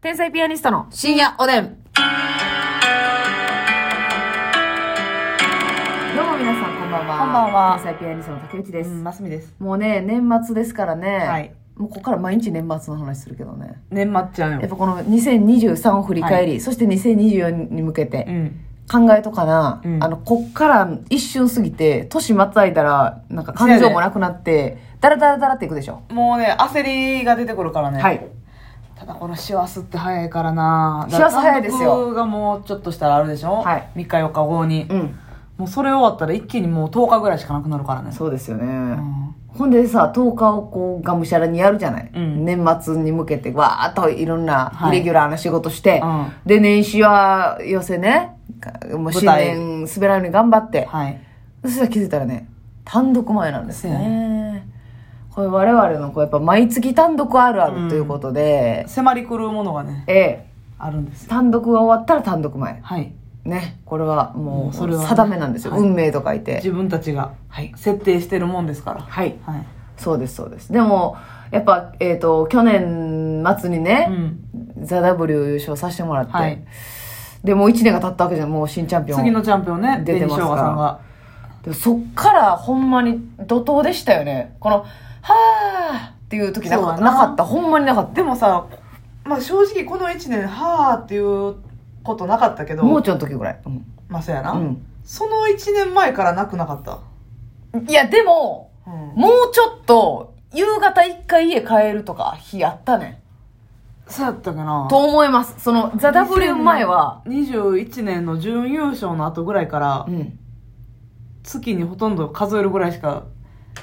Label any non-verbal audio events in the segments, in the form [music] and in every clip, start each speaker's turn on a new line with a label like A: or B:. A: 天才ピアニストの深夜おでん。どうも皆さん、こんばんは。
B: こんばんは
A: 天才ピアニストの竹内です。
B: うん、ますみです。
A: もうね、年末ですからね。
B: はい
A: もうここから毎日年末の話するけどね。
B: 年末ちゃん
A: やっ
B: よ。
A: ぱこの2023を振り返り、そして2024に向け
B: う
A: て
B: ん。
A: 考えとかな、
B: うん
A: あの、こっから一瞬過ぎて、年またいだら、なんか感情もなくなって、だらだらだらっていくでしょ。
B: もうね、焦りが出てくるからね。
A: はい。
B: ただこの師走って早いからな
A: 師走早いですよ
B: だから単独がもうちょっとしたらあるでしょ
A: はい
B: 3日4日後に。
A: うん。
B: もうそれ終わったら一気にもう10日ぐらいしかなくなるからね。
A: そうですよね。
B: うん
A: ほんでさ、10日をこう、がむしゃらにやるじゃない、
B: うん
A: 年末に向けて、わーっといろんなイ
B: はい
A: レギュラーな仕事して、
B: うん
A: で、年始は寄せね、かもう
B: 舞
A: 新
B: 台
A: 年滑らないように頑張って、
B: はい。
A: そしたら気づいたらね、単独前なんですね。
B: そうや
A: これ我々のこうやっぱ毎月単独あるあるということで、
B: 迫り来るものがね、
A: ええ、
B: あるんですよ。
A: 単独が終わったら単独前。
B: はい。
A: ね、これは
B: も
A: も
B: う
A: う
B: それはね
A: 定めなんですよ。
B: はい
A: 運命と書いて。
B: 自分たちが
A: はい。
B: 設定してるもんですから。
A: はい。
B: はい。
A: そうです、そうです。でも、やっぱ、えっ、と、去年末にね、
B: うん。
A: ザ・ W 優勝させてもらって、
B: はい
A: でもう1年が経ったわけじゃんもう新チャンピオン
B: 次のチャンピオンね、
A: 出てますから
B: 紅生姜さんが。
A: でもそっからほんまに怒涛でしたよねこの「はあ」っていう時な
B: そう
A: か
B: や
A: な
B: な
A: かったほんまになかっ
B: でもさ、まあ正直この1年、はーっていうことなかったけ
A: た
B: ど、
A: もうちょいの時ぐらい、うん
B: まあそうやな、
A: うん
B: その1年前からなくなかった。
A: いやでも
B: うん
A: もうちょっと夕方一回家帰るとか日あったね
B: そうやったかな
A: と思いますその「ザ・ W」前は
B: 21年の準優勝の後ぐらいから、
A: うん
B: 月にほとんど数えるぐらいしか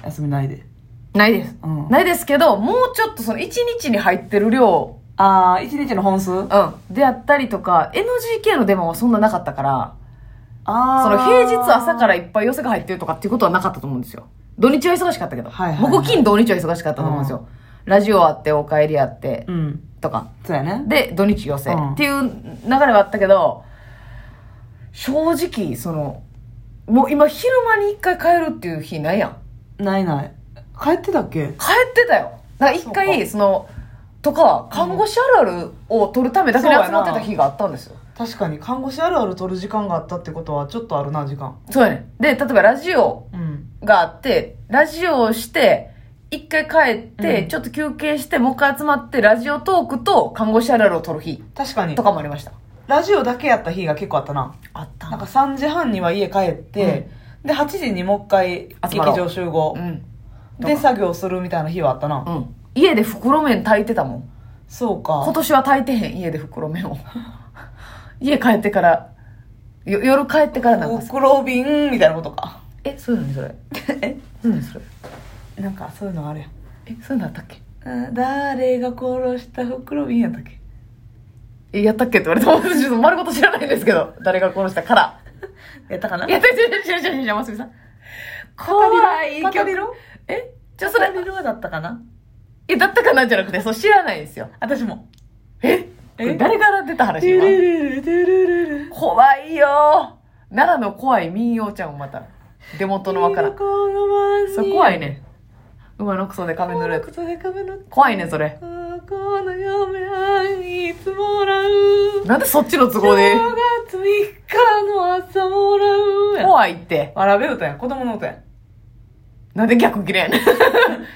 B: 休みないで。
A: ないです
B: うん。
A: ないですけどもうちょっとその1日に入ってる量
B: ああ、1日の本数あ
A: うん、であったりとか NGK の出番はそんななかったから
B: あ。
A: その平日朝からいっぱい寄せが入ってるとかっていうことはなかったと思うんですよ土日は忙しかったけど、
B: はいはいはい
A: 木金土日は忙しかったと思うんですよ、ラジオあってお帰りあって
B: うん。
A: とか
B: そうやね。
A: で土日寄せ、
B: うん
A: っていう流れはあったけど正直そのもう今昼間に一回帰るっていう日ないやん
B: ないない。帰ってたっけ
A: 帰ってたよだから一回そのとか看護師あるあるを取るためだけに集まってた日があったんですよ
B: 確かに看護師あるある取る時間があったってことはちょっとあるな、時間。
A: そうやねんで例えばラジオ
B: うん。
A: があって、ラジオをして、一回帰って、
B: うん
A: ちょっと休憩して、もう一回集まって、ラジオトークと看護師あるあるを撮る日
B: 確かに
A: と。かもありました。
B: ラジオだけやった日が結構あったな。
A: あった
B: なんか3時半には家帰って、で、8時にもう一回
A: 集まろう
B: 劇場集合
A: う。ん。
B: で、作業するみたいな日はあったな。
A: うん。家で袋麺炊いてたもん。
B: そう
A: 今
B: か。
A: 年は炊いてへん、家で袋麺を。 [laughs] 家帰ってから、よ夜帰ってからなんかさ、
B: 袋瓶みたいなことか。
A: え、そういうのに [laughs] それ。
B: え
A: そういうのにそれ。
B: なんかそういうのあるやん。
A: え、そういうのあったっけ
B: あ誰が殺した袋瓶やったっけ
A: え、やったっけって言われても、私ちょっと丸ごと知らないんですけど、誰が殺したから。
B: やったかない
A: や、違う違う違う違う違う、ますみさん。怖い
B: パタ
A: 曲
B: リ。ロ
A: えじゃあそ
B: パタ
A: れ、
B: リロはだったかな
A: え、だったかなじゃなくて、そう知らないんですよ。
B: 私も。
A: えこ
B: え
A: れ誰から出た話
B: ルル
A: 今
B: ルルルルルル。
A: 怖いよ奈良の怖い民謡ちゃんをまた、出元のわからん。そう、怖い。ね。馬のクソで
B: こ
A: 壁塗
B: の
A: るやつ。
B: 靴で壁の
A: 怖いね、それ。
B: この嫁はいつもらう。
A: なんでそっちの都合で。
B: 正月3日の朝もらうやん。
A: 怖いって。
B: わらべ歌やん。子供の歌やん。
A: なんで逆切れやねん。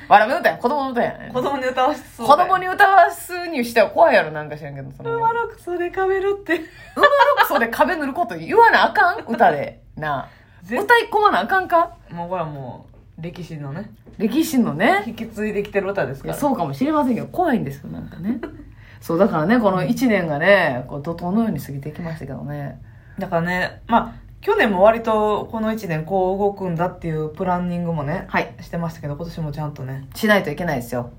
A: 笑う歌やん。子供の歌やん。
B: 子供に歌わせそう
A: 子供に歌わすにしては怖いやろ、なんか知らんけど、その。
B: うまろくそでかめろって。
A: 馬のクソで壁塗ること言わなあかん歌で。なあ。
B: 絶
A: 歌い込まなあかんか
B: もうこれはもう、歴史のね、
A: 歴史のね。
B: 引き継いできてる歌です
A: い
B: か
A: や
B: ら。
A: そうかもしれませんけど怖いんですよなんか [laughs] ねそうだからねこの1年がねこう怒涛のように過ぎていきましたけどね
B: だからね、まあ、去年も割とこの1年こう動くんだっていうプランニングもね、
A: はい
B: してましたけど、今年もちゃんとね。
A: しないといけないですよ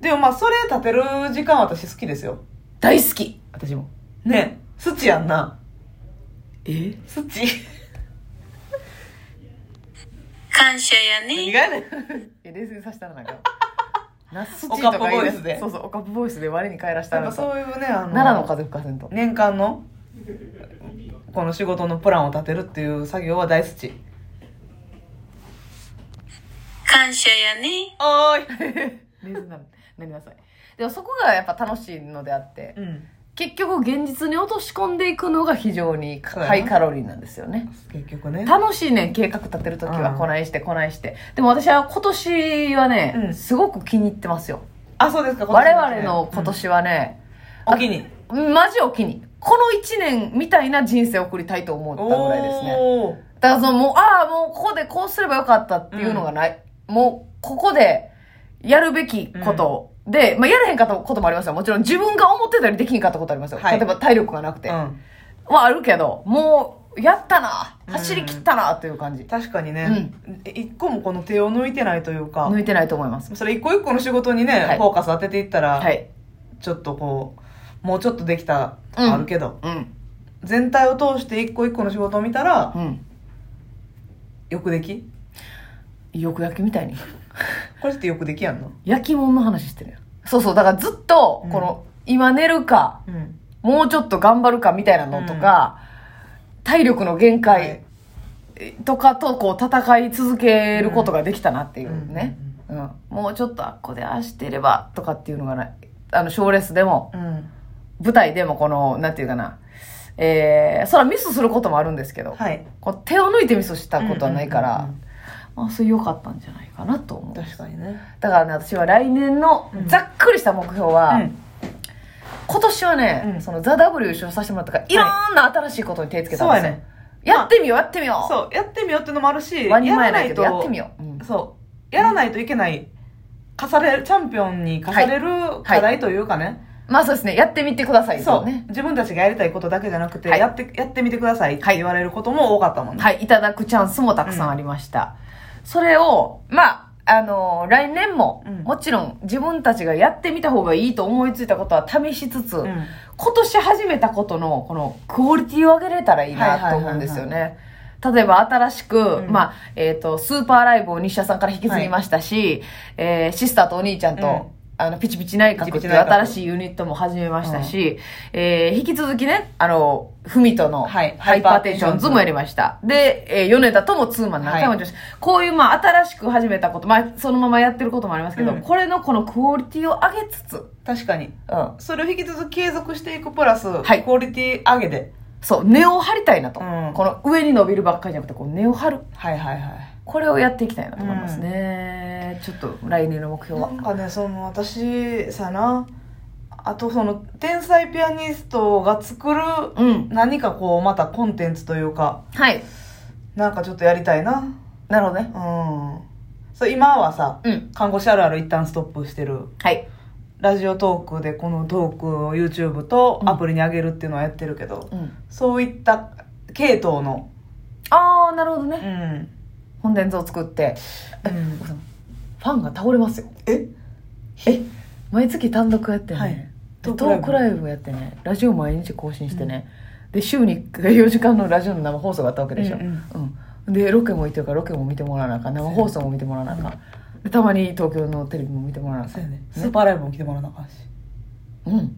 B: でもまあ、それ立てる時間私好きですよ。
A: 大好き私も
B: ね、スチやんな。
A: え
B: スチ。
C: 感謝やね。
B: 意外ねん。
A: え冷静にさせたら [laughs] なんかナスチ
B: お
A: と
B: かっ
A: か
B: ぽボイスで
A: そうそうおかっぽボイスで我に返らした
B: やっ
A: らな
B: ぱ
A: んか
B: そういうね、あの、
A: 奈良の風吹かせんと
B: 年間のこの仕事のプランを立てるっていう作業は大好き
C: 感謝やね。
B: おーい、
A: 冷静になるなりなさいでもそこがやっぱ楽しいのであって
B: うん、
A: 結局現実に落とし込んでいくのが非常に
B: そうやな
A: ハイカロリーなんですよね。
B: 結局ね
A: 楽しいねん計画立てるときは
B: うん
A: こないしてこないして。でも私は今年はね、
B: うん
A: すごく気に入ってますよ。
B: あそうですか今
A: 我
B: 年
A: 々の今年はね、
B: うんお気に
A: マジお気に。この一年みたいな人生を送りたいと思ったぐらいですね。
B: おー
A: だからそのもう、ああ、もうここでこうすればよかったっていうのがない。もう、ここでやるべきこと、で、まあ、やれへんかったこともありますよ。もちろん自分が思ってたよりできんかったことありますよ。
B: はい
A: 例えば体力がなくて。
B: うん
A: まああるけど、もう、やったな
B: うん
A: 走り切ったなという感じ。
B: 確かにね一個もこの手を抜いてないというか
A: 抜いてないと思います。
B: それ一個一個の仕事にね
A: はい
B: フォーカス当てていった
A: は
B: ら
A: い。
B: ちょっとこうもうちょっとできた
A: うん
B: あるけど
A: うん。
B: 全体を通して一個一個の仕事を見たら
A: うん。
B: よくでき
A: よく焼きみたいに。
B: これってよくできやんの
A: 焼き物の話してるやん。そうそう。だからずっと、この、今寝るか、
B: うん
A: もうちょっと頑張るかみたいなのとか、体力の限界とかとこう戦い続けることができたなっていうね、うんもうちょっとあっこでああしてればとかっていうのがないあの賞レースでも
B: うん
A: 舞台でもこのなんていうかなえー、そらミスすることもあるんですけど、
B: はい
A: こう手を抜いてミスしたことはないから、
B: うんうんうん
A: まあそれ良かったんじゃないかなと思う
B: 確かにね
A: だからね私は来年の
B: うん
A: ざっくりした目標は、今年はね、
B: うん
A: そのザ・ W 優勝させてもらったから、いろんな新しいことに手つけた
B: そ
A: ん
B: う
A: で
B: や
A: すよ。
B: ね
A: やってみよう、やってみよう。
B: そうやってみようってのもあるし
A: ワニマやないけど、
B: やら
A: や
B: な
A: っ
B: いと
A: てみよう。うん
B: そう。やらないといけない、課され、チャンピオンに課される課題というかね。
A: まあそうですね、やってみてください。
B: そう、
A: ね。
B: 自分たちがやりたいことだけじゃなくて、
A: はい
B: やって、やってみてくださいって言われることも多かったもんね。
A: はい、いただくチャンスもたくさんありました。それを、まあ、あのー来年も、
B: うん
A: もちろん自分たちがやってみた方がいいと思いついたことは試しつつ、
B: うん
A: 今年始めたことの、この、クオリティを上げれたらいい
B: はいはい
A: な
B: はい
A: と
B: はい
A: 思うんですよね。例えば、新しく、
B: ん
A: まあ、えっ、と、スーパーライブを西田さんから引き継ぎましたし、えーシスターとお兄ちゃんと、
B: うん
A: あの、ピチピチ内閣って
B: ピチ
A: い
B: ピチ
A: う
B: 内閣
A: 新しいユニットも始めましたし、えー引き続きね、あの、ふみとの、
B: はい
A: ハイパーテンションズもやりました。で、えー、米田ともツーマン何回もやりましたこういう、まあ、新しく始めたこと、まあ、そのままやってることもありますけど、
B: うん
A: これのこのクオリティを上げつつ、
B: 確かに。
A: うん。
B: それを引き続き継続していくプラス、
A: はい
B: クオリティ上げで。
A: そう、根を張りたいなと。
B: うん
A: この上に伸びるばっかりじゃなくて、こう根を張る。
B: はいはいはい。
A: これをやっていきたいなと思いますね。ちょっと来年の目標
B: な
A: は。
B: んかね、その、私、さな、あとその、天才ピアニストが作る、
A: うん。
B: 何かこう、またコンテンツというか、
A: はい。
B: なんかちょっとやりたいな。
A: なるほどね。
B: うん。そう、今はさ、
A: うん。
B: 看護師あるある一旦ストップしてる
A: はい。
B: ラジオトークでこのトークを YouTube と
A: うん
B: アプリに上げるっていうのはやってるけど、
A: うん。
B: そういった系統の
A: あー、なるほど
B: う
A: ね。
B: ん、
A: 本伝図を作って。
B: うん
A: ファンが倒れますよ。
B: え
A: え毎月単独やってね。
B: はい
A: でト
B: トー
A: ー
B: ク
A: ク
B: ラ
A: ラ
B: イ
A: イブやってね。ラジオ毎日更新してね。で、週に4時間のラジオの生放送があったわけでしょ。
B: うん
A: うんで、ロケも行ってるからロケも見てもらわなあかん。生放送も見てもらわなあかん。でたまに東京のテレビも見てもらわなあか
B: そうやね
A: ん。
B: スーパーライブも来てもらわなあかんし、
A: うん。
B: うん、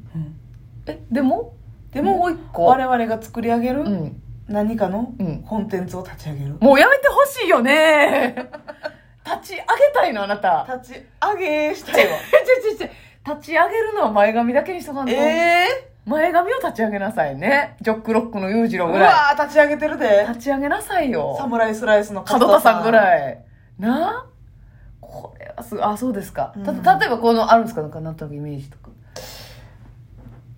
A: え、でも
B: で
A: も
B: もも
A: う
B: う
A: 一
B: 一
A: 個
B: 個我々が作り上げる、
A: うん。
B: 何かの
A: うん
B: コンテンツを立ち上げる、
A: もうやめてほしいよね [laughs] 立ち上げたいの、あなた。
B: 立ち上げした [laughs] いわ
A: ちちち立ち上げるのは前髪だけにしとかんと。
B: え
A: 前髪を立ち上げなさいね。ジョックロックの裕次
B: ー、
A: 郎
B: う
A: ぐら
B: わー立ち上げてる
A: い。
B: で
A: 立ち上げなさい
B: サ
A: よ。
B: ムライスライスの
A: 角田さんぐ
B: い
A: らい。なあこれはすごい。あ、そうですか。
B: うん
A: た例えばこの、あるんですかなんかなんとなくイメージとか。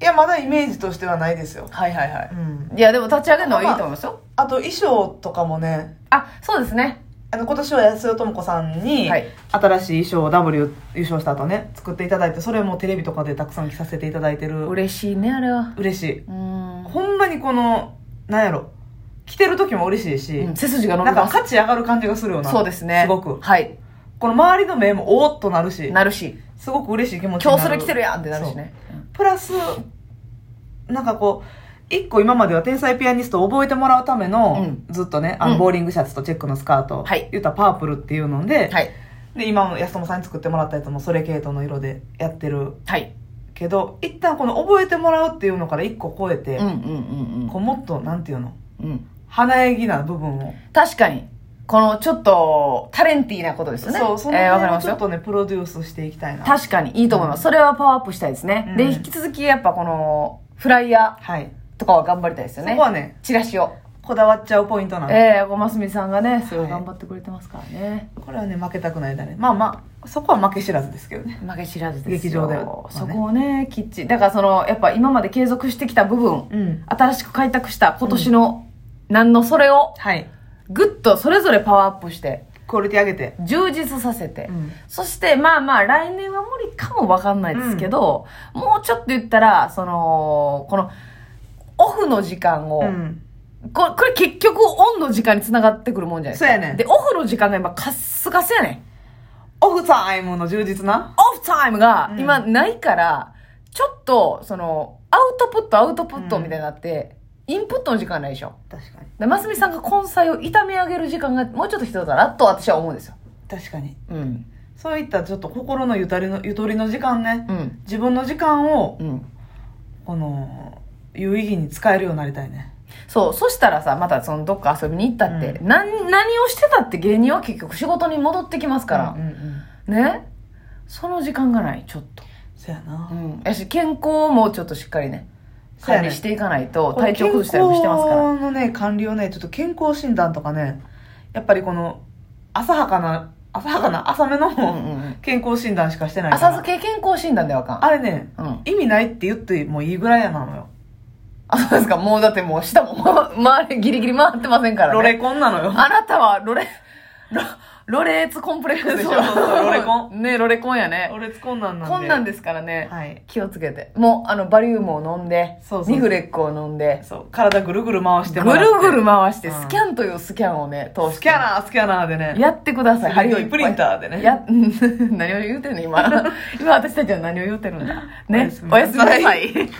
B: いやまだイメージとしてはないですよ、
A: はいはいはい。
B: ん、
A: いや、でも立ち上げるのはいいと思いますよ。
B: あと衣装とかもね
A: あ、そうですね。
B: あの今年は安代智子さんに、
A: はい
B: 新しい衣装を W 優勝した後ね作っていただいてそれもテレビとかでたくさん着させていただいてる
A: 嬉しいね、あれは。
B: 嬉しいう
A: ー
B: ほんまにこのなんやろ着てる時も嬉しいし、
A: ん。背筋が伸
B: な
A: び
B: んか
A: ます。
B: 価値上がる感じがするよな
A: そうですね。
B: すごく
A: はい。
B: この周りの目もおーっとなるし
A: なるし。
B: すごく嬉しい気持ちに
A: 今
B: なる
A: 日それ来てるやんってなるしね。
B: そうプラスなんかこう一個今までは天才ピアニストを覚えてもらうための、
A: うん
B: ずっとねあの、
A: うん
B: ボーリングシャツとチェックのスカート、
A: はい
B: 言ったらパープルっていうので、
A: はい。
B: で今も安友さんに作ってもらったやつもそれ系統の色でやってる
A: はい。
B: けど一旦この覚えてもらうっていうのから一個超えて、
A: うんうんうん
B: こうもっとなんていうの
A: うん。うん。
B: 華やぎな部分を、
A: 確かに。このちょっと、タレンティーなことですよね。
B: そうその
A: えーわかり
B: 辺を
A: ます
B: ちょっ
A: よ。
B: とねプロデュースしていきたいな
A: 確かに、いいと思います。それはパワーアップしたいですね。
B: うん
A: で、引き続きやっぱこの、フライヤ
B: はい。
A: ーとかは頑張りたいです
B: そ
A: よ
B: こ
A: ね。
B: はね、
A: チラシを。
B: こだわっちゃうポイントなんで。
A: ええ小ますみさんがね、すごい
B: はい
A: 頑張ってくれてますからね。
B: これはね、負けたくないだね。まあまあ、そこは負け知らずですけどね。
A: 負け知らずですよ。
B: 劇場ではね
A: そこをね、きっちり。だからその、やっぱ今まで継続してきた部分、
B: うん。
A: 新しく開拓した今年の、何のそれを、
B: はい。
A: ぐっとそれぞれパワーアップして、
B: クオリティ上げて。
A: 充実させて、
B: うん
A: そしてまあまあ来年は無理かもわかんないですけど、もうちょっと言ったら、その、この、オフの時間を、
B: うん。
A: ここれ結局オンの時間につながってくるもんじゃないですか。
B: そうやねん
A: で、オフの時間が今カッスカスやねん。
B: オフタイムの充実な。
A: オフタイムが
B: うん
A: 今ないから、ちょっと、その、アウトプット、アウトプットみたいになって、インプットの時間がないでしょ。
B: 確かに。
A: で、ますみさんが根菜を炒め上げる時間がもうちょっと必要だなと私は思うんですよ。
B: 確かに。
A: うん。
B: そういったちょっと心のゆとりの、ゆとりの時間ね。
A: うん。
B: 自分の時間を、
A: うん。
B: この、有意義に使えるようになりたいね。
A: そう。そしたらさ、またそのどっか遊びに行ったって、
B: う
A: なん、何をしてたって芸人は結局仕事に戻ってきますから
B: うん、うんうん。
A: ね。その時間がない、ちょっと。
B: そやな
A: う。ん。やし、健康をもうちょっとしっかりね、
B: そうや
A: 管
B: ね
A: 理していかないと、体調崩したりもしてますから。
B: 健康のね、管理をね、ちょっと健康診断とかね、やっぱりこの、浅はかな、浅はかな、浅め
A: うんう
B: の
A: んうん
B: 健康診断しかしてないから
A: 浅漬け健康診断ではあかん。
B: あれね、
A: うん。
B: 意味ないって言ってもいいぐらいやなのよ。
A: あ、そうですか。もうだってもう舌も回り、ギリギリ回ってませんから、ね。
B: ロレコンなのよ。
A: あなたはロレ、ロ、ロレーツコンプレックスでしょ。
B: そうそうそうロレコ
A: ン。ね、ロレコンやね
B: ロ。レツコンなんなんで。
A: こんなんですからね。
B: はい。
A: 気をつけて。もう、あの、バリウムを飲んで、
B: そうそうそう
A: ニフレックを飲んで、
B: そう、体ぐるぐる回して
A: ぐ
B: もらって
A: るぐる回して、
B: うん
A: スキャンというスキャンをね、通して。
B: スキャナー、スキャナーでね。
A: やってください。針をいっぱ
B: 3D プ
A: い
B: リンターでね。
A: や、 [laughs]
B: [laughs]
A: 何を言うてんの今。今私たちは何を言うてるんだ。ね。お
B: お
A: や
B: や
A: すみ
B: すみ
A: な
B: な
A: さ
B: さい
A: い。